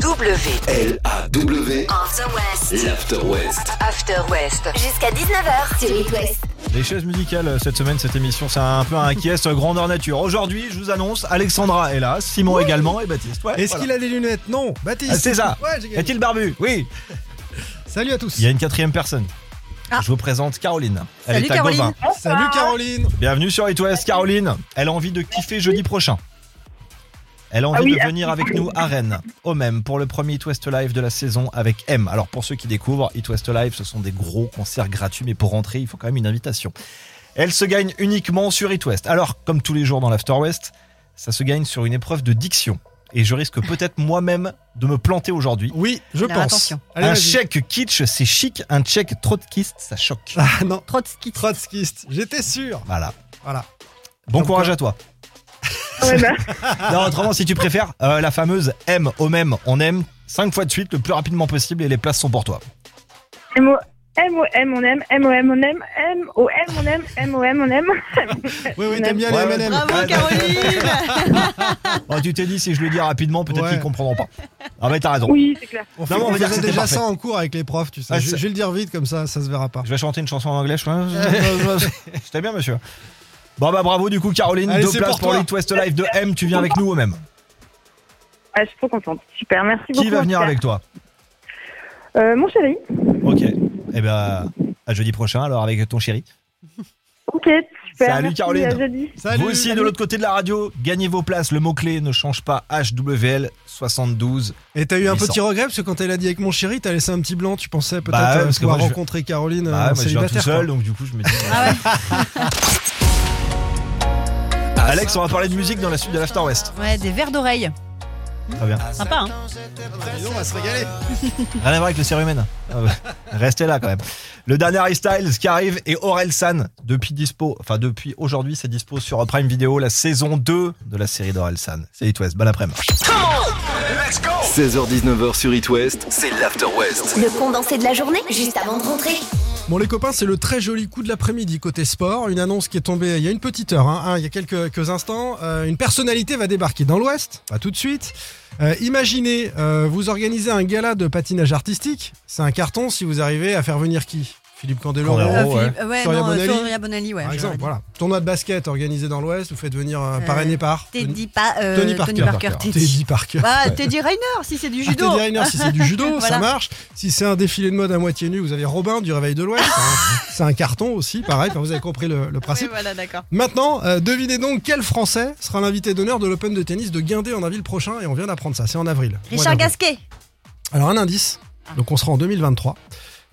W. L-A-W, After West. l'After West. After West. Jusqu'à 19h sur It West. Les chaises musicales euh, cette semaine, cette émission, c'est un peu un acquiesce grandeur nature. Aujourd'hui, je vous annonce, Alexandra est là, Simon également et Baptiste. Ouais, Est-ce voilà. qu'il a des lunettes Non, Baptiste. Ah, c'est ça. Ouais, j'ai gagné. Est-il barbu Oui. Salut à tous. Il y a une quatrième personne. Ah. Je vous présente Caroline. Elle Salut, est à Caroline. Gauvin. Ah. Salut Caroline. Bienvenue sur It West, Caroline. Elle a envie de kiffer jeudi prochain. Elle a envie de venir avec nous à Rennes, au même, pour le premier It West Live de la saison avec M. Alors pour ceux qui découvrent, It West Live, ce sont des gros concerts gratuits, mais pour rentrer, il faut quand même une invitation. Elle se gagne uniquement sur It West. Alors, comme tous les jours dans l'After West, ça se gagne sur une épreuve de diction. Et je risque peut-être moi-même de me planter aujourd'hui. Oui, je Alors, pense. attention. Allez, un vas-y. chèque kitsch, c'est chic. Un chèque trotskiste, ça choque. Ah non, Trotsky. trotskiste. J'étais sûr. Voilà. Voilà. Bon Comme courage à toi. non, autrement, si tu préfères, euh, la fameuse M au même, on aime 5 fois de suite le plus rapidement possible et les places sont pour toi. M-O- M-O-M, on aime, M-O-M, on aime, M-O-M, on aime, M-O-M, on aime. Oui, oui, t'aimes bien Ouais, les ouais. M&M. Oh, Bravo Caroline Oh, tu t'es dit, si je le dis rapidement, peut-être Ouais. qu'ils comprendront pas. Ah, mais t'as raison. Oui, c'est clair. On, mais on va on dire que faisait c'était déjà parfait. ça en cours avec les profs, tu sais. Ah, je, c'est- je vais le dire vite comme ça, ça se verra pas. Je vais chanter une chanson en anglais, je Euh, C'était bien, monsieur. Bon, bah bravo, du coup, Caroline. Allez, deux c'est places pour pour, toi. les Twist Live de M. Tu viens avec nous au même. Ah, je suis trop contente. Super, merci beaucoup. Qui va en venir tout cas. avec toi Euh, Mon chéri. Ok. Eh ben, à jeudi prochain, alors, avec ton chéri. Ok, super. Salut, merci, Caroline. à jeudi. Salut. Vous aussi, de l'autre côté de la radio, gagnez vos places. Le mot-clé ne change pas. HWL 72. Et t'as eu un Ils petit regret parce que quand elle a dit avec mon chéri, t'as laissé un petit blanc. Tu pensais peut-être Bah ouais, euh, parce que pouvoir moi, je- rencontrer Caroline euh, Bah, moi, je viens tout célibataire. seul, donc du coup, je me dis. Ah Alex, on va parler de musique dans la suite de l'After West. Ouais, des verres d'oreille. Très bien. Sympa, hein quoi. Dis donc, on va se régaler. Rien à voir avec le cérumen. Ah ouais. Restez là quand même. Le dernier Harry Styles qui arrive et Aurel San depuis dispo, enfin depuis aujourd'hui, c'est dispo sur Prime Video, la saison 2 de la série d'Aurel San. C'est It West. Bon après-midi. 16h-19h sur It West, c'est l'After West. Le condensé de la journée, juste avant de rentrer. Bon les copains, c'est le très joli coup de l'après-midi côté sport. Une annonce qui est tombée il y a une petite heure, hein, hein, il y a quelques, quelques instants. Euh, une personnalité va débarquer dans l'Ouest, pas tout de suite. Euh, imaginez, euh, vous organisez un gala de patinage artistique. C'est un carton si vous arrivez à faire venir qui Philippe Candeloro. Candeloro, Euh, Oh, ouais. Philippe- euh, ouais, Soria non, euh, Bonali. Soria Bonali, ouais. Par j'aurais exemple, dit. voilà. Tournoi de basket organisé dans l'Ouest, vous faites venir euh, Euh, parrainé par Teddy, pa- euh, Tony Parker. Teddy. Teddy Parker. Bah, Teddy Reiner, si c'est du Ah, judo. Teddy Riner, si c'est du judo, Voilà. ça marche. Si c'est un défilé de mode à moitié nu, vous avez Robin du Réveil de l'Ouest. hein. c'est un carton aussi, pareil, enfin, vous avez compris le, le Oui, principe. voilà, d'accord. Maintenant, euh, devinez donc quel Français sera l'invité d'honneur de l'Open de tennis de Guindé en avril prochain, et on vient d'apprendre ça, c'est en avril. Mois Richard d'avril. Gasquet. Ah. Alors un indice, donc on sera en 2023.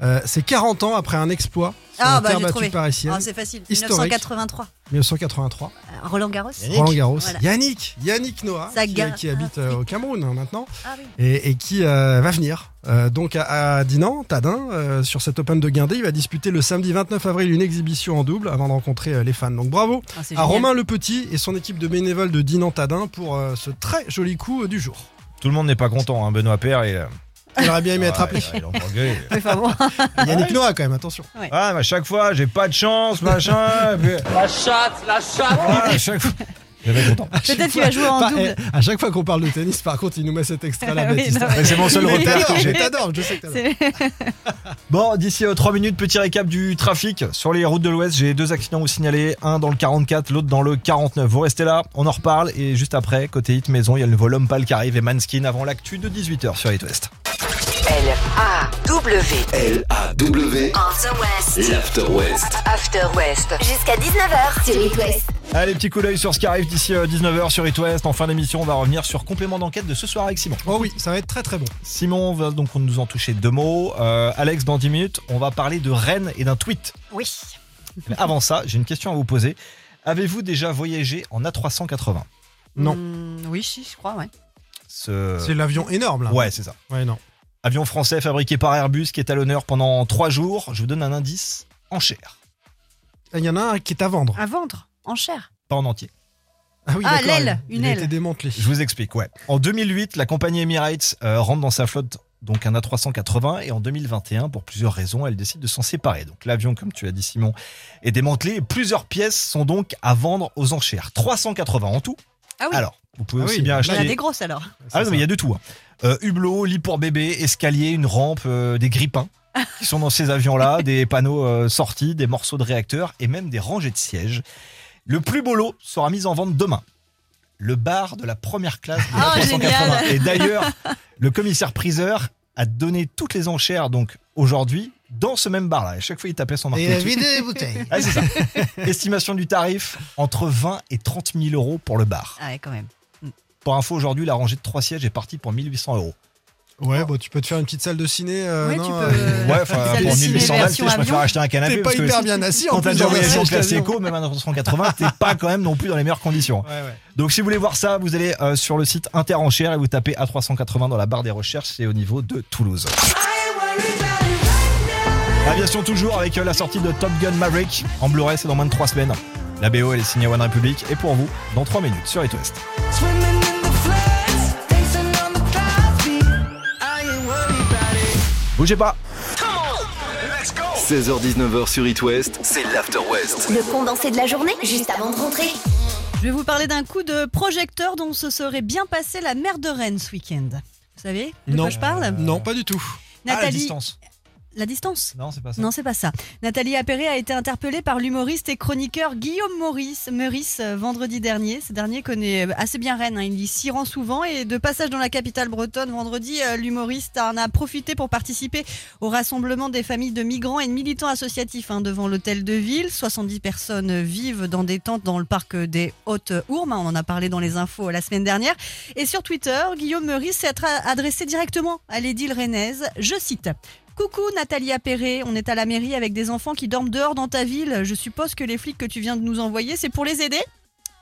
Euh, c'est 40 ans après un exploit sur Ah, la bah, terre j'ai battue trouvé. parisienne, Ah, c'est facile. Historique. 1983. 1983. Euh, Roland Garros. Roland Garros. Voilà. Yannick, Yannick Noah, Ça qui, gare- qui habite euh, au Cameroun hein, maintenant, Ah oui. et, et qui euh, va venir. euh, donc à, à Dinan, Tadin, euh, sur cet Open de Guindé, il va disputer le samedi 29 avril une exhibition en double avant de rencontrer euh, les fans. Donc bravo Ah, c'est à génial. Romain Le Petit et son équipe de bénévoles de Dinan Tadin pour euh, ce très joli coup euh, du jour. Tout le monde n'est pas content, hein. Benoît Père et. Il aurait bien aimé être appelé. Oui, enfin bon. Yannick Noah quand même, attention. Ah, mais à chaque fois, j'ai pas de chance, machin. et puis- La chatte, la chatte Ah, à chaque fois. J'avais content. Peut-être qu'il va jouer en Enfin, double. eh, à chaque fois qu'on parle de tennis, par contre, il nous met cet extrait-là, Oui, Baptiste. non, Mais c'est mon seul Oui. repère que j'ai. T'adores, je sais que t'adores. C'est- Bon, d'ici 3 minutes, petit récap du trafic. Sur les routes de l'Ouest, j'ai deux accidents à vous signaler. Un dans le 44, l'autre dans le 49. Vous restez là, on en reparle. Et juste après, côté hit maison, il y a le nouveau L'Homme Pâle qui arrive et Manskin avant l'actu de 18h sur Hit West. L-A-W. L-A-W, After West. l'After West. After West. Jusqu'à 19h sur It West. Allez, petit coup d'œil sur ce qui arrive d'ici 19h sur Hit West. En fin d'émission, on va revenir sur complément d'enquête de ce soir avec Simon. Oh oui, ça va être très très bon. Simon va donc nous en toucher deux mots. Euh, Alex, dans 10 minutes, on va parler de Rennes et d'un tweet. Oui. Mais avant ça, j'ai une question à vous poser. Avez-vous déjà voyagé en A380 Non. Hmm, oui, si, je crois, ouais. Ce- C'est l'avion énorme là. Ouais, c'est ça. Ouais, non. Avion français fabriqué par Airbus qui est à l'honneur pendant trois jours. Je vous donne un indice en chair, Il y en a un qui est à vendre. À vendre, en chair. pas en entier. Ah oui, Ah, d'accord, l'aile, il- une il a aile. été démantelé. Je vous explique, ouais. En 2008, la compagnie Emirates euh, rentre dans sa flotte donc un A380 et en 2021, pour plusieurs raisons, elle décide de s'en séparer. Donc l'avion, comme tu as dit Simon, est démantelé et plusieurs pièces sont donc à vendre aux enchères. 380 en tout. Ah oui. Alors, vous pouvez Ah aussi oui, Bah, bien là, Il y en a acheter... des grosses alors. Ah non, mais il y a de tout. hein. euh, hublot, lit pour bébé, escalier, une rampe, euh, des grippins qui sont dans ces avions-là, des panneaux euh, sortis, des morceaux de réacteurs et même des rangées de sièges. Le plus beau lot sera mis en vente demain. Le bar de la première classe de Oh, 1980. Et d'ailleurs, le commissaire priseur a donné toutes les enchères donc aujourd'hui dans ce même bar-là. Et chaque fois, il tapait son marteau. Et vider les bouteilles. Ah, c'est ça. Estimation du tarif entre 20 et 30 000 euros pour le bar. Ah ouais, quand même. Pour info, aujourd'hui, la rangée de trois sièges est partie pour 1800 euros. Ouais, bon, tu peux te faire une petite salle de ciné. euh, Ouais, non, tu euh, peux, euh, Ouais, enfin, salle pour de ciné 1800 balles, tu sais, version je préfère avion. acheter un canapé. T'es pas parce que hyper bien assis. Quand en t'as plus, déjà dans voyagé en un classe avion. éco, même en 1980, t'es pas quand même non plus dans les meilleures conditions. Ouais, ouais. Donc, si vous voulez voir ça, vous allez euh, sur le site Interenchère et vous tapez A380 dans la barre des recherches. C'est au niveau de Toulouse. Aviation toujours avec euh, la sortie de Top Gun Maverick. En Blu-ray, c'est dans moins de 3 semaines. La BO, elle est signée One Republic. Et pour vous, dans 3 minutes sur It West. Bougez pas 16h-19h sur It West, c'est l'After West. Le condensé de la journée, juste avant de rentrer. Je vais vous parler d'un coup de projecteur dont se serait bien passé la mère de Rennes ce week-end. Vous savez de Non. quoi je parle Non, pas du tout. Ah, la Nathalie, distance. la distance Non, c'est pas ça. Non, c'est pas ça. Nathalie Appéré a été interpellée par l'humoriste et chroniqueur Guillaume Maurice, Meurice euh, vendredi dernier. Ce dernier connaît euh, assez bien Rennes, hein. il y s'y rend souvent et de passage dans la capitale bretonne vendredi, euh, l'humoriste en a profité pour participer au rassemblement des familles de migrants et de militants associatifs hein, devant l'hôtel de ville. 70 personnes euh, vivent dans des tentes dans le parc euh, des Hautes-Ourmes, hein. on en a parlé dans les infos euh, la semaine dernière. Et sur Twitter, Guillaume Meurice s'est attra- adressé directement à l'édile rennaise, je cite. Coucou Nathalie Appéré, on est à la mairie avec des enfants qui dorment dehors dans ta ville. Je suppose que les flics que tu viens de nous envoyer, c'est pour les aider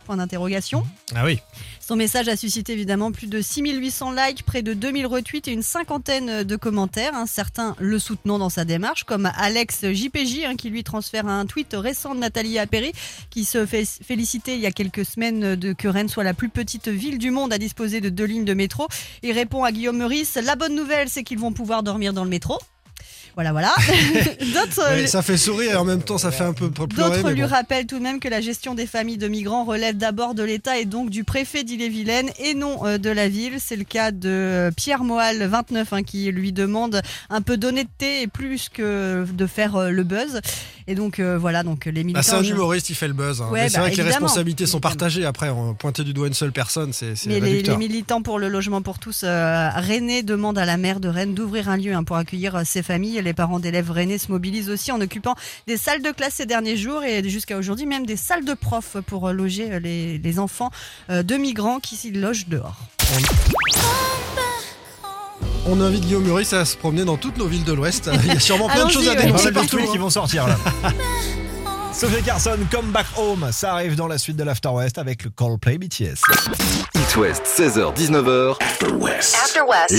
Point d'interrogation. Ah oui. Son message a suscité évidemment plus de 6800 likes, près de 2000 retweets et une cinquantaine de commentaires, hein, certains le soutenant dans sa démarche, comme Alex JPJ hein, qui lui transfère un tweet récent de Nathalie Appéry qui se fait féliciter il y a quelques semaines de que Rennes soit la plus petite ville du monde à disposer de deux lignes de métro. Il répond à Guillaume Meurice, la bonne nouvelle c'est qu'ils vont pouvoir dormir dans le métro. Voilà, voilà. D'autres Ouais, ça fait sourire et en même temps, ça fait un peu pleurer. Euh, D'autres mais lui bon. rappellent tout de même que la gestion des familles de migrants relève d'abord de l'État et donc du préfet d'Ille-et-Vilaine et non euh, de la ville. C'est le cas de euh, Pierre Moal, 29, hein, qui lui demande un peu d'honnêteté et plus que de faire euh, le buzz. Et donc euh, voilà, donc les militants. Bah, c'est un je- humoriste, il fait le buzz. hein. Ouais, Mais c'est bah, vrai que les évidemment. responsabilités sont Évidemment. partagées. Après, on pointer du doigt une seule personne, c'est c'est Mais les, réducteur. les militants pour le logement pour tous, euh, René demande à la maire de Rennes d'ouvrir un lieu hein, pour accueillir euh, ces familles. Les parents d'élèves René se mobilisent aussi en occupant des salles de classe ces derniers jours et jusqu'à aujourd'hui même des salles de profs pour euh, loger euh, les, les enfants euh, de migrants qui s'y logent dehors. On invite Guillaume Meurice à se promener dans toutes nos villes de l'Ouest. Il y a sûrement plein de Allons-y, choses à ouais. Il y a pas dénoncer mal de partout. hein. tweets qui vont sortir là. Sophie Carson, Come Back Home, ça arrive dans la suite de l'After West avec le Coldplay BTS. It West, 16h-19h, After West.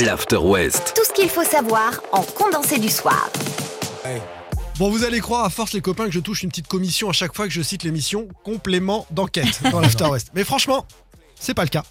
l'After West. Tout ce qu'il faut savoir en condensé du soir. Bon, vous allez croire à force, les copains, que je touche une petite commission à chaque fois que je cite l'émission complément d'enquête dans l'After West. Mais franchement, c'est pas le cas.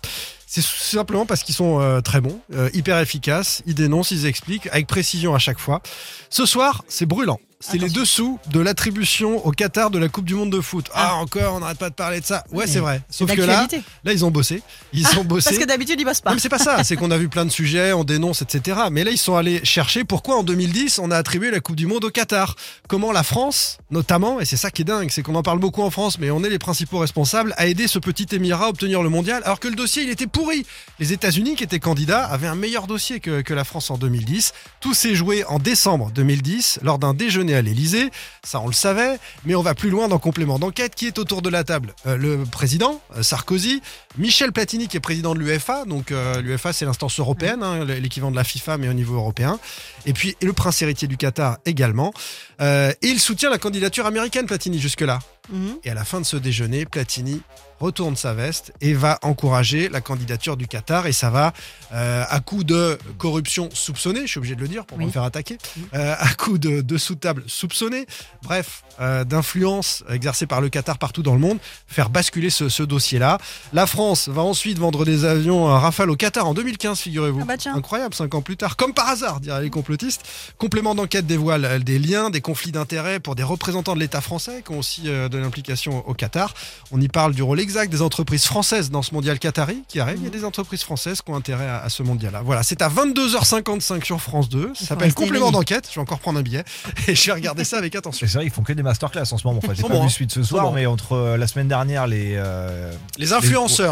C'est simplement parce qu'ils sont euh, très bons, euh, hyper efficaces, ils dénoncent, ils expliquent avec précision à chaque fois. Ce soir, c'est brûlant. C'est les dessous de l'attribution au Qatar de la Coupe du Monde de foot. Ah, encore, on n'arrête pas de parler de ça. Ouais, c'est vrai. Sauf que là, D'actualité. là, ils ont bossé. Ils ont bossé. Parce que d'habitude, ils bossent Non, pas. mais c'est pas ça, c'est qu'on a vu plein de sujets, on dénonce, etc. Mais là, ils sont allés chercher pourquoi en 2010, on a attribué la Coupe du Monde au Qatar. Comment la France, notamment, et c'est ça qui est dingue, c'est qu'on en parle beaucoup en France, mais on est les principaux responsables, a aidé ce petit Émirat à obtenir le mondial, alors que le dossier, il était pourri. Les États-Unis, qui étaient candidats, avaient un meilleur dossier que, que la France en 2010. Tout s'est joué en décembre 2010, lors d'un déjeuner à l'Élysée. Ça, on le savait, mais on va plus loin dans complément d'enquête. Qui est autour de la table Euh, Le président, euh, Sarkozy, Michel Platini, qui est président de l'UEFA, donc euh, l'UEFA c'est l'instance européenne, hein, l'équivalent de la FIFA mais au niveau européen, et puis et le prince héritier du Qatar également. Euh, et il soutient la candidature américaine Platini jusque-là. Mhm. Et à la fin de ce déjeuner, Platini retourne sa veste et va encourager la candidature du Qatar. Et ça va euh, à coup de corruption soupçonnée, je suis obligé de le dire pour Oui. me faire attaquer, euh, à coup de, de sous-table soupçonnée, bref, euh, d'influence exercée par le Qatar partout dans le monde, faire basculer ce, ce dossier-là. La France va ensuite vendre des avions à Rafale au Qatar en 2015, figurez-vous. Ah bah tiens. Incroyable, cinq ans plus tard, comme par hasard, diraient les complotistes. Complément d'enquête dévoile euh, des liens, des conflits d'intérêts pour des représentants de l'État français qui ont aussi euh, de- de l'implication au Qatar. On y parle du rôle exact des entreprises françaises dans ce mondial qatari qui arrive. Il y a des entreprises françaises qui ont intérêt à, à ce mondial-là. Voilà, c'est à 22h55 sur France 2. Ça s'appelle rester Complément éveillé. d'enquête. Je vais encore prendre un billet et je vais regarder ça avec attention. C'est ça, ils font que des masterclass en ce moment. Enfin, j'ai Sont pas bons, vu hein. suite ce soir, bons. mais entre euh, la semaine dernière, les. euh, Les influenceurs,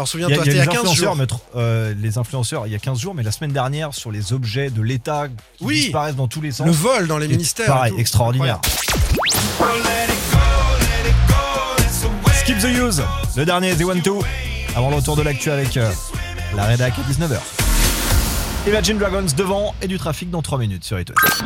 Il y a, souviens-toi, il y a c'était il y a les 15 influenceurs, jours. mais tr- euh, les influenceurs, il y a 15 jours, mais la semaine dernière, sur les objets de l'État qui Oui. disparaissent dans tous les sens. Le vol dans les Et ministères. et Pareil, tout. extraordinaire. Skip the use, le dernier The One Two, avant le retour de l'actu avec euh, la rédac à 19h. Imagine Dragons devant et du trafic dans 3 minutes sur E E2.